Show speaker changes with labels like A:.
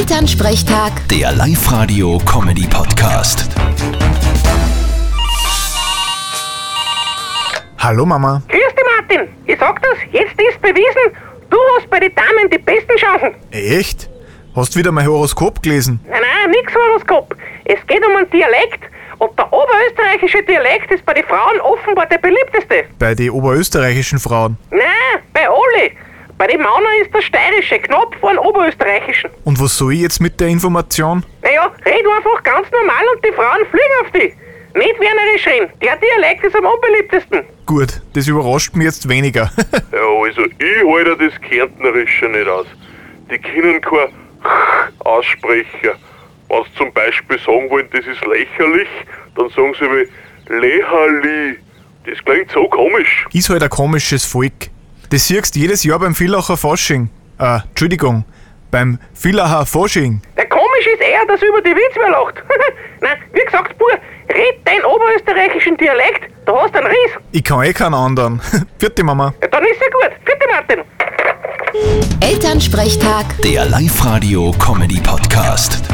A: Elternsprechtag,
B: Der Live-Radio-Comedy-Podcast.
C: Hallo Mama.
D: Grüß dich, Martin. Ich sag das, jetzt ist bewiesen, du hast bei den Damen die besten Chancen.
C: Äh, Echt? Hast wieder mein Horoskop gelesen?
D: Nein, nein, nix Horoskop. Es geht um einen Dialekt. Und der oberösterreichische Dialekt ist bei den Frauen offenbar der beliebteste.
C: Bei den oberösterreichischen Frauen.
D: Nein, bei alle. Bei den Männern ist der steirische knapp vor dem oberösterreichischen.
C: Und was soll ich jetzt mit der Information?
D: Naja, red einfach ganz normal und die Frauen fliegen auf dich. Nicht wernerisch reden. Der Dialekt ist am unbeliebtesten.
C: Gut, das überrascht mich jetzt weniger.
E: Ja, also ich halte das Kärntnerische nicht aus. Die können kein aussprechen. Wenn sie zum Beispiel sagen wollen, das ist lächerlich, dann sagen sie wie Leherli. Das klingt so komisch.
C: ist halt ein komisches Volk. Das siehst jedes Jahr beim Villacher Fasching. Äh, Entschuldigung, beim Villacher Fasching.
D: Der komisch ist eher, dass über die Witzwehr lacht. Nein, wie gesagt, Bur, red deinen oberösterreichischen Dialekt, da hast du einen Riss.
C: Ich kann eh keinen anderen. Vierte Mama.
D: Ja, Dann ist ja gut. Vierte Martin.
A: Elternsprechtag.
B: Der Live-Radio-Comedy-Podcast.